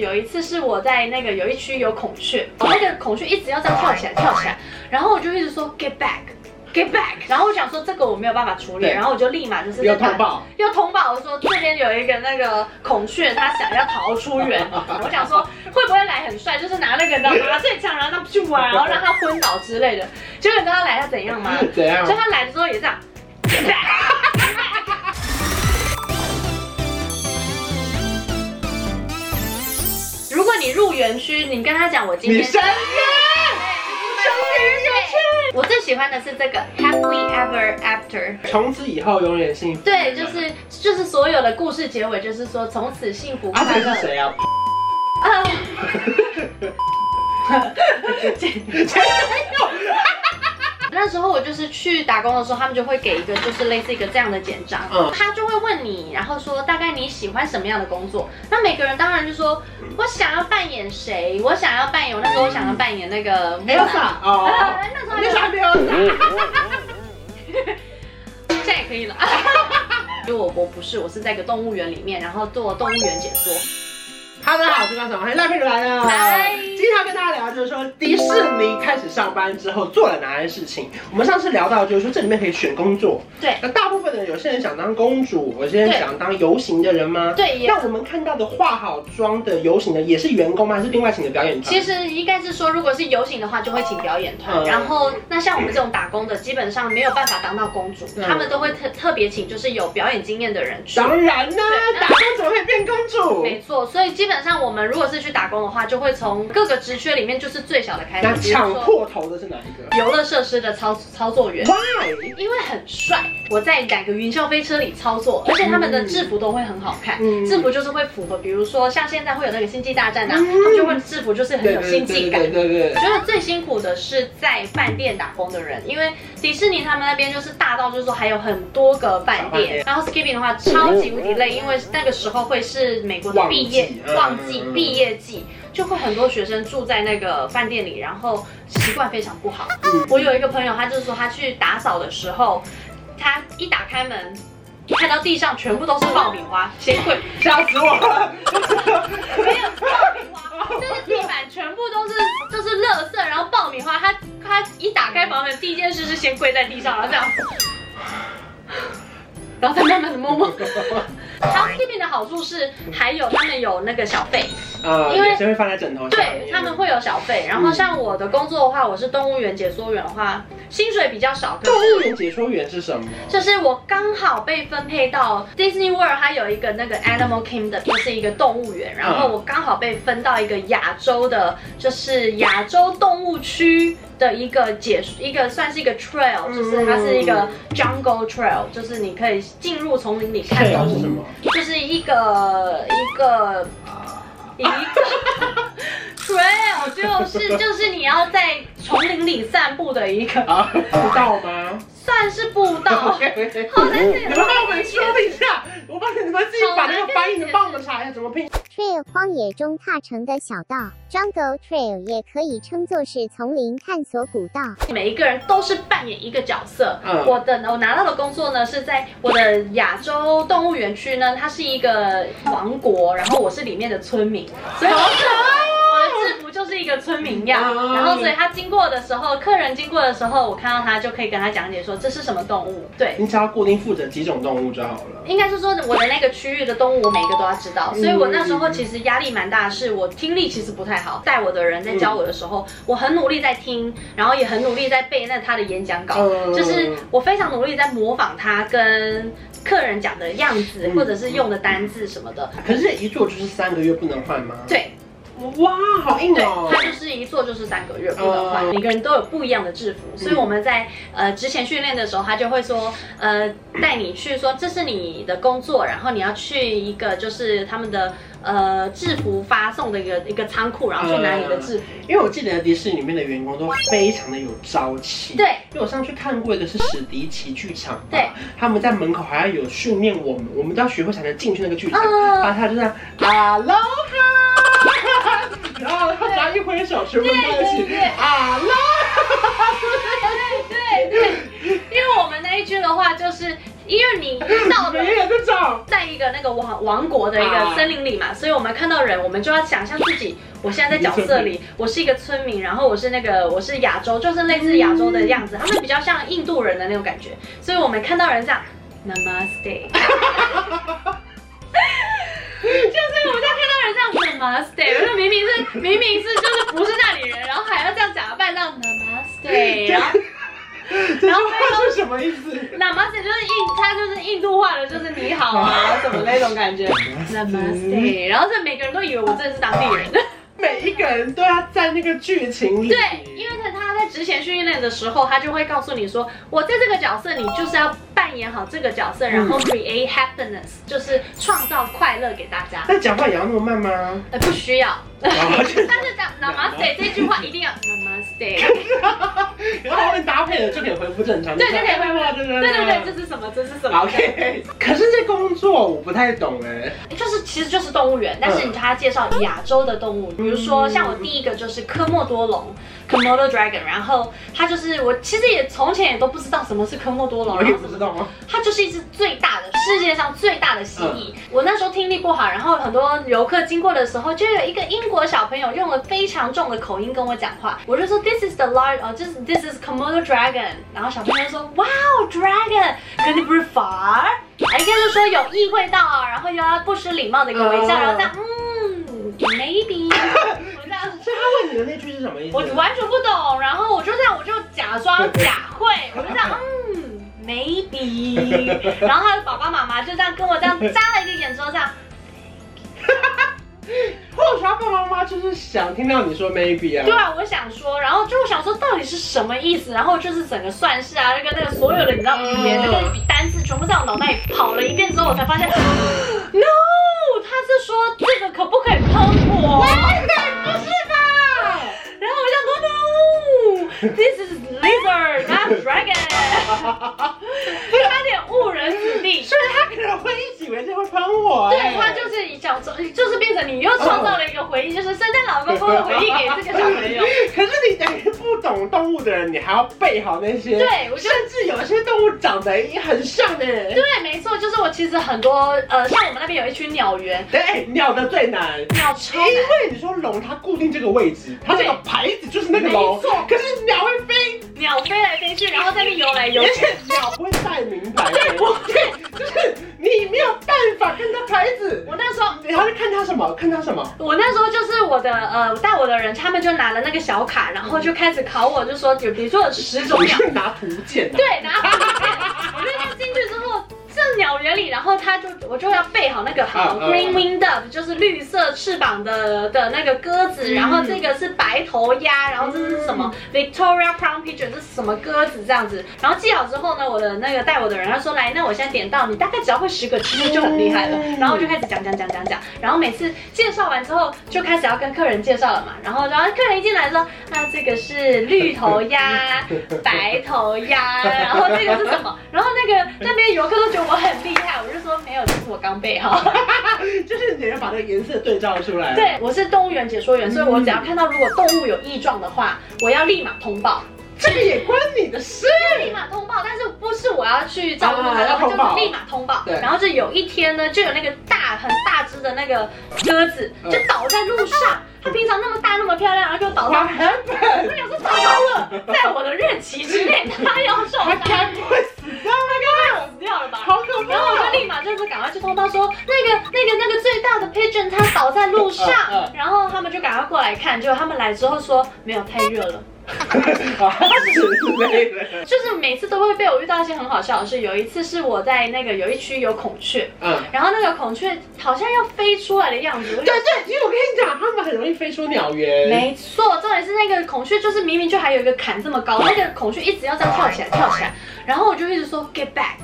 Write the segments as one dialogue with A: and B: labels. A: 有一次是我在那个有一区有孔雀，我那个孔雀一直要这样跳起来跳起来，然后我就一直说 get back get back，然后我想说这个我没有办法处理，
B: 对
A: 然后我就立马就是
B: 要
A: 把
B: 通报，
A: 又通报我说这边有一个那个孔雀，它想要逃出园。 我想说会不会来很帅，就是拿那个你知道麻醉枪，然后让去玩，然后让他昏倒之类的。结果你知道他来他怎样吗？
B: 怎样
A: 就？他来的时候也这样。如果你入园区，你跟他讲我今
B: 你
A: 天哎
B: 生日，
A: 对我最喜欢的是这个 Happily Ever After。
B: 从此以后永远幸福。
A: 对，就是就是所有的故事结尾，就是说从此幸福
B: 啊，
A: 快
B: 这
A: 乐。
B: 个是谁 啊？
A: 啊， 那时候我就是去打工的时候，他们就会给一个就是类似一个这样的简章，
B: 嗯
A: 他就会问你，然后说大概你喜欢什么样的工作。那每个人当然就说，我想要扮演谁，我想要扮演，我那时候我想要扮演哎那个
B: Elsa 哦
A: 啊，那时候还没有
B: ，Elsa 没有。
A: 现在也可以了。 就我我不是，我是在一个动物园里面，然后做动物园解说。
B: 哈喽，大家好，我是高小欢迎赖佩如来了。
A: 嗨
B: 今天要跟大家聊，就是说迪士尼开始上班之后做了哪些事情。我们上次聊到，就是说这里面可以选工作。
A: 对
B: 那大部分的人，有些人想当公主，有些人
A: 对
B: 想当游行的人吗？
A: 对，也
B: 那我们看到的化好妆的游行的，也是员工吗？还是另外请的表演团？
A: 其实应该是说，如果是游行的话，就会请表演团。
B: 嗯
A: 然后，那像我们这种打工的，基本上没有办法当到公主，
B: 嗯
A: 他们都会特特别请就是有表演经验的人去。
B: 当然啦、
A: 对
B: 打工怎么会变公主？
A: 没错，所以基本上我们如果是去打工的话，就会从各个职缺里面就是最小的开
B: 那
A: 始，比如
B: 抢
A: 说
B: 破头的是哪一个
A: 游乐设施的操操作员。
B: ？Why？
A: 因为很帅，我在两个云霄飞车里操作，而且他们的制服都会很好看，
B: 嗯
A: 制服就是会符合，比如说像现在会有那个星际大战啊，他们就会制服就是很有
B: 对
A: 新
B: 对
A: 奇感
B: 对。对对
A: 我。觉得最辛苦的是在饭店打工的人，因为迪士尼他们那边就是大到就是说还有很多个饭
B: 饭
A: 店嗯
B: 店，
A: 然后 skipping 的话超级无敌累，因为那个时候会是美国的毕业
B: 旺
A: 旺
B: 季
A: 季
B: 嗯嗯嗯
A: 毕业季，就会很多学生住在那个饭店里，然后习惯非常不好。
B: 嗯
A: 我有一个朋友，他就是说他去打扫的时候，他一打开门。看到地上全部都是爆米花， 鞋柜
B: 吓死我 了！
A: 没有爆米花，这个地板全部都是就是垃圾，然后爆米花，他他一打开房门，第一件事是先跪在地上，然后这样，然后再慢慢的摸摸。housekeeping 的好处是，还有他们有那个小费，
B: 呃，
A: 因为
B: 有些会放在枕头下面
A: 对他们会有小费。然后像我的工作的话，我是动物园解说员的话，薪水比较少，可
B: 动
A: 是
B: 物园解说员是什么？
A: 就是我刚好被分配到 Disney World，它有一个那个 Animal Kingdom，就是一个动物园，然后我刚好被分到一个亚洲的，就是亚洲动物区的一个解一个算是一个 trail，就是它是一个 jungle trail，就是你可以进入丛林里看
B: 太阳
A: 动
B: 啊是什
A: 物，
B: 么？
A: 就是一个一个呃一个 trail，就是就是你要在丛林里散步的一个，
B: 啊，不到吗？
A: 算是步道。
B: OK，
A: 好难解释
B: 你们帮我们说一下，我帮你们自己把那个翻译的帮我们查一下怎么拼。
C: Trail 荒野中踏成的小道，Jungle Trail 也可以称作是丛林探索古道。
A: 每一个人都是扮演一个角色。
B: 嗯
A: 我的我拿到的工作呢是在我的亚洲动物园区呢，它是一个王国，然后我是里面的村民，所以我是。我的制服就是一个村民样，
B: 嗯
A: 然后所以他经过的时候，客人经过的时候，我看到他就可以跟他讲解说这是什么动物。对，
B: 你只要固定负责几种动物就好了。
A: 应该是说我的那个区域的动物，我每一个都要知
B: 嗯
A: 道，所以我那时候其实压力蛮大，是我听力其实不太好。带我的人在教我的时候，
B: 嗯
A: 我很努力在听，然后也很努力在背那他的演讲稿，
B: 嗯
A: 就是我非常努力在模仿他跟客人讲的样子，
B: 嗯
A: 或者是用的单字什么的。
B: 可是，一做就是三个月不能换吗？，
A: 对
B: 哇，好硬
A: 对，
B: 哦。
A: 他就是一做就是三个月不能换，
B: 嗯
A: 每个人都有不一样的制服，所以我们在呃之前训练的时候，他就会说呃带你去说这是你的工作，然后你要去一个就是他们的呃制服发送的一个一个仓库，然后去拿你的制服。
B: 因为我记得迪士尼里面的员工都非常的有朝气。
A: 对，
B: 因为我上去看过一个是史迪奇剧场吧，
A: 对，
B: 他们在门口还要有训练我们，我们都要学会才能进去那个剧场。
A: 嗯
B: 然后他就这样哈喽哈， 然后他只要一挥手，全部人在一
A: 对对
B: 起
A: 对
B: 哈喽。
A: 对对对，因为我们那一区的话，就是因为你到了
B: 每个人都找道，
A: 在一个那个王王国的一个
B: 啊
A: 森林里嘛，所以我们看到人，我们就要想象自己，我现在在角色里，我是一个村民，然后我是那个我是亚洲，就是类似亚洲的样子，他们比较像印度人的那种感觉，所以我们看到人这样，Namaste，就是我们在看到人这样 Namaste，我就 明明是明明是就是不是那里人，然后还要这样假扮到 Namaste，然后。
B: 这句话是什么意思？
A: Namaste 就是印，它就是印度话的，就是你好啊，什么那种感觉。Namaste，然后这每个人都以为我真的是当地人。
B: 每一个人都要在那个剧情里。
A: 对，因为在他在职前训练的时候，他就会告诉你说，我在这个角色，你就是要扮演好这个角色，然后 create happiness，就是创造快乐给大家。
B: 那讲话也要那么 慢吗？
A: 呃，不需要，
B: 然后就
A: 但是讲 Namaste 这句话一定要 Namaste。
B: 然后后面搭配了就可以恢复正常。
A: 对，就可以恢复了。
B: 对
A: 对对对，这是什么？这是什 么？
B: OK，可是这工作我不太懂哎。
A: 就是其实就是动物园，但是你他介绍亚洲的动物，比如说像我第一个就是科莫多龙
B: 嗯
A: （Komodo dragon），然后它就是我其实也从前也都不知道什么是科莫多龙，
B: 我
A: 然
B: 也
A: 后
B: 不知道吗？
A: 它就是一只最大的世界上最大的蜥蜴。我那时候听力不好，然后很多游客经过的时候，就有一个英国小朋友用了非常重的口音跟我讲话，我就说 This is the large，哦，就是 This is Komodo dragon。然后小朋友说 Wow dragon，肯定不是 far。哎，应该是说有意会到啊，然后又要不失礼貌的一个微笑，
B: 嗯
A: 然后这样嗯 maybe，我这样。
B: 所以他问你的那句是什么意思？
A: 我完全不懂，然后我就这样，我就假装假会，我就这样，嗯，maybe，然 后他的爸爸妈妈就这样跟我这样眨了一个眼之后，这样，
B: 或许他爸爸妈妈就是想听到你说 maybe 啊。
A: 对啊，我想说，然后就我想说到底是什么意思，然后就是整个算式啊，那个那个所有的你知道语言那个单词全部在我脑袋里跑了一遍之后，我才发现 ，no，他是说这个可不可以喷火？不是吧？然后我想说，no，this is lizard not dragon。差啊 点误人子弟。
B: 所以他可能会一直以为这会喷我。欸
A: 对他就是小时候，就是变成你又创造了一个回忆，就是圣诞老公公的回忆给这个小朋友。
B: 可是你等于不懂动物的人，你还要背好那些。
A: 对我觉
B: 甚
A: 得
B: 至有些动物长得也很像的。对。
A: 对，没错，就是我其实很多呃，像我们那边有一群鸟园，
B: 哎，鸟的最难。
A: 鸟超
B: 因
A: 难。
B: 为你说龙，它固定这个位置，它这个牌子就是那个龙。
A: 没错
B: 可是鸟会飞，
A: 鸟飞来飞去，然后在那边游来游
B: 而
A: 去。
B: 且鸟不会带名牌。
A: 对不
B: 对，就是你没有办法看它牌子，
A: 我那时候。
B: 你还会看它什么？看它什么？
A: 我那时候就是我的呃带我的人，他们就拿了那个小卡，然后就开始考我，就说有比如说有十种
B: 你
A: 鸟，
B: 是拿图鉴的。
A: 对，然后我那天进去之后，正鸟园里，然后他就我就要备好那个好
B: 嗯嗯
A: green winged dove，就是绿色翅膀的的那个鸽子，
B: 嗯
A: 然后这个是白头鸭，然后这是什么 Victoria crown pigeon，这是什么鸽子这样子。然后记好之后呢，我的那个带我的人他说来，那我现在点到你大概只要会十个，其实就很厉害了。
B: 嗯
A: 然后我就开始讲讲讲讲讲，然后每次介绍完之后就开始要跟客人介绍了嘛，然后然后客人一进来说啊这个是绿头鸭，白头鸭，然后这个是什么？然后那个那边游客都觉得我很厉害，我就说没有，这是我刚背好。
B: 就是你要把那个颜色对照出来。
A: 对，我是动物园解说员，所以我只要看到如果动物有异状的话，我要立马通报，
B: 这个也关你的事。
A: 立马通报。但是不是我要去照顾它，
B: 啊
A: 然后
B: 要通报
A: 就是立马通报。
B: 对
A: 然后就有一天呢，就有那个大很大只的那个鸽子
B: 嗯
A: 就倒在路上，它平常那么大那么漂亮，然后就倒到
B: What。happened？
A: 我想说糟糕了，在我的任期之内，它要受
B: 它
A: 伤，
B: 该不会死掉吧？
A: 死掉了吧？
B: 好可怕！啊
A: 然后我就立马就是赶快去通报说，那个那个那个最大的 pigeon 它倒在路上
B: 嗯嗯，
A: 然后他们就赶快过来看，结果他们来之后说没有太热了。
B: 啊，之类的。
A: 就是每次都会被我遇到一些很好笑的事。有一次是我在那个有一区有孔雀，
B: 嗯，
A: 然后那个孔雀好像要飞出来的样子。我就
B: 对对，因为我跟你讲，他们很容易飞出鸟园。
A: 没错，重点是那个孔雀，就是明明就还有一个坎这么高，那个孔雀一直要这样跳起来，跳起来，然后我就一直说 get back。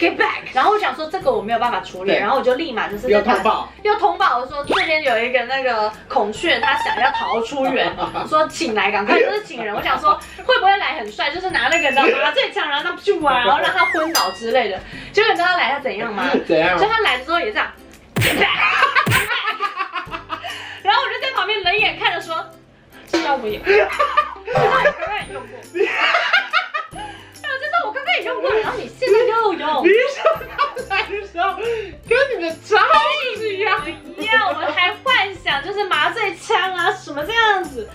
A: get back，然后我想说这个我没有办法处理，
B: 对
A: 然后我就立马就是
B: 有
A: 在打
B: 通报，
A: 又通报我说这边有一个那个孔雀，它想要逃出园，说请来赶快，就是请人。我想说会不会来很帅，就是拿那个你知道麻醉枪，然后让他去玩，然后让他昏倒之类的。结果你知道他来他怎样吗？
B: 怎样
A: 所以？他来的时候也这样，然后我就在旁边冷眼看着说，这要我也会，我刚刚也用过，然后就说我刚刚也用过，然后你现在又用
B: 你。说他来的时时候，跟你们的账号是不是一样？
A: 一样，我们还幻想就是麻醉枪啊什么这样子，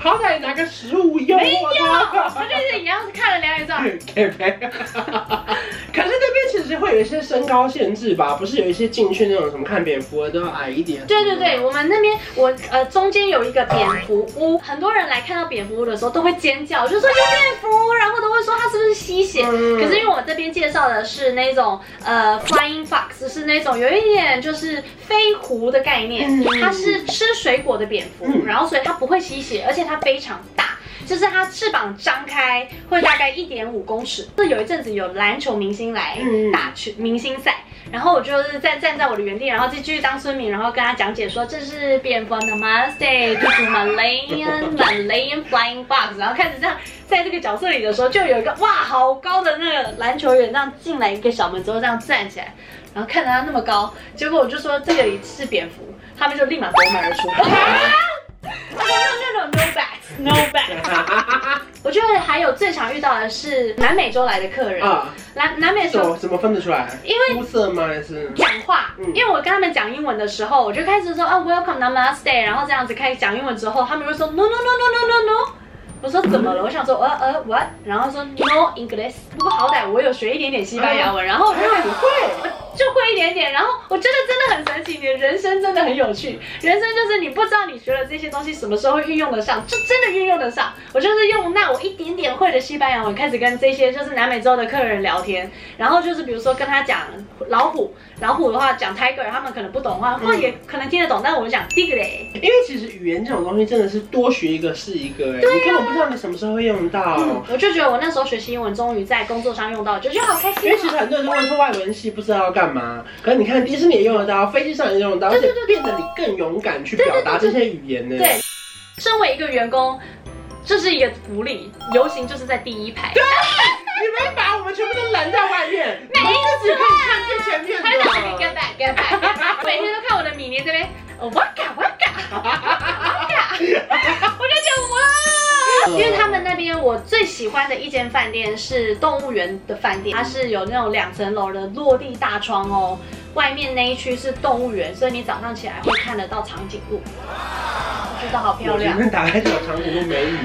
B: 好歹拿个食物诱
A: 没有，
B: 惑
A: 他
B: 他。
A: 就是一样看了两眼之后，
B: 给呗。 可是那边其实会有一些身高限制吧？不是有一些进去那种什么看蝙蝠的都要矮一点？
A: 对对对，我们那边我呃中间有一个蝙蝠屋，很多人来看到蝙蝠屋的时候都会尖叫，就说有蝙蝠，然后都会说它是不是吸血。
B: 嗯
A: 可是因为我这边介绍的是那种呃 flying fox，是那种有一点就是飞狐的概念
B: 嗯，
A: 它是吃水果的蝙蝠，
B: 嗯
A: 然后所以它不会吸血，而且它非常大。就是它翅膀张开会大概一点五公尺。那有一阵子有篮球明星来
B: 嗯
A: 打球明星赛，然后我就是在站在我的原地，然后就继续当村民，然后跟他讲解说这是蝙蝠 Namaste，这是 Malayan Malayan Flying Fox，然后开始这样在这个角色里的时候，就有一个哇好高的那个篮球员这样进来一个小门之后这样站起来，然后看着他那么高，结果我就说这个是蝙蝠，他们就立马夺门而出。他说 no no no no bats no bats。我觉得还有最常遇到的是南美洲来的客人，
B: 啊，
A: 南南美
B: 怎
A: 洲
B: 么怎么分得出来？
A: 因为
B: 肤色吗？还是？
A: 讲话，
B: 嗯
A: 因为我跟他们讲英文的时候，我就开始说啊 Welcome Namaste，然后这样子开始讲英文之后，他们就说 No No No No No No No。我说怎么了？我想说呃呃 what，然后说 no English。不过好歹我有学一点点西班牙文，然后我就
B: 哎，你会？
A: 就会一点点。然后我觉得真的很神奇，你的人生真的很有趣。人生就是你不知道你学了这些东西什么时候会运用得上，就真的运用得上。我就是用那我一点点会的西班牙文开始跟这些就是南美洲的客人聊天，然后就是比如说跟他讲老虎，老虎的话讲 tiger，他们可能不懂的话，或
B: 嗯
A: 也可能听得懂，但我们讲 tigre。
B: 因为其实语言这种东西真的是多学一个是一个，哎，你根本不知道你什么时候会用到。
A: 嗯我就觉得我那时候学习英文，终于在工作上用到，就觉得好开
B: 因
A: 心、
B: 为其实
A: 哦。
B: 很多人都会说外文系不知道要干嘛，可是你看迪士尼也用得到，飞机上也用得到，而且变得你更勇敢去表达这些语言呢。
A: 对，身为一个员工，这是一个福利，游行就是在第一排。
B: 你们把我们全部都拦在外面，
A: 每一
B: 自己可以看最前面
A: 他就想你
B: 的。
A: get back get back，get back 每天都看我的米妮这边，哦哇嘎哇嘎哇嘎，我就觉得哇，因为他们那边我最喜欢的一间饭店是动物园的饭店，它是有那种两层楼的落地大窗哦。外面那一区是动物园，所以你早上起来会看得到长颈鹿，我觉得好漂
B: 我
A: 亮
B: 前。面打开这种长颈鹿美语，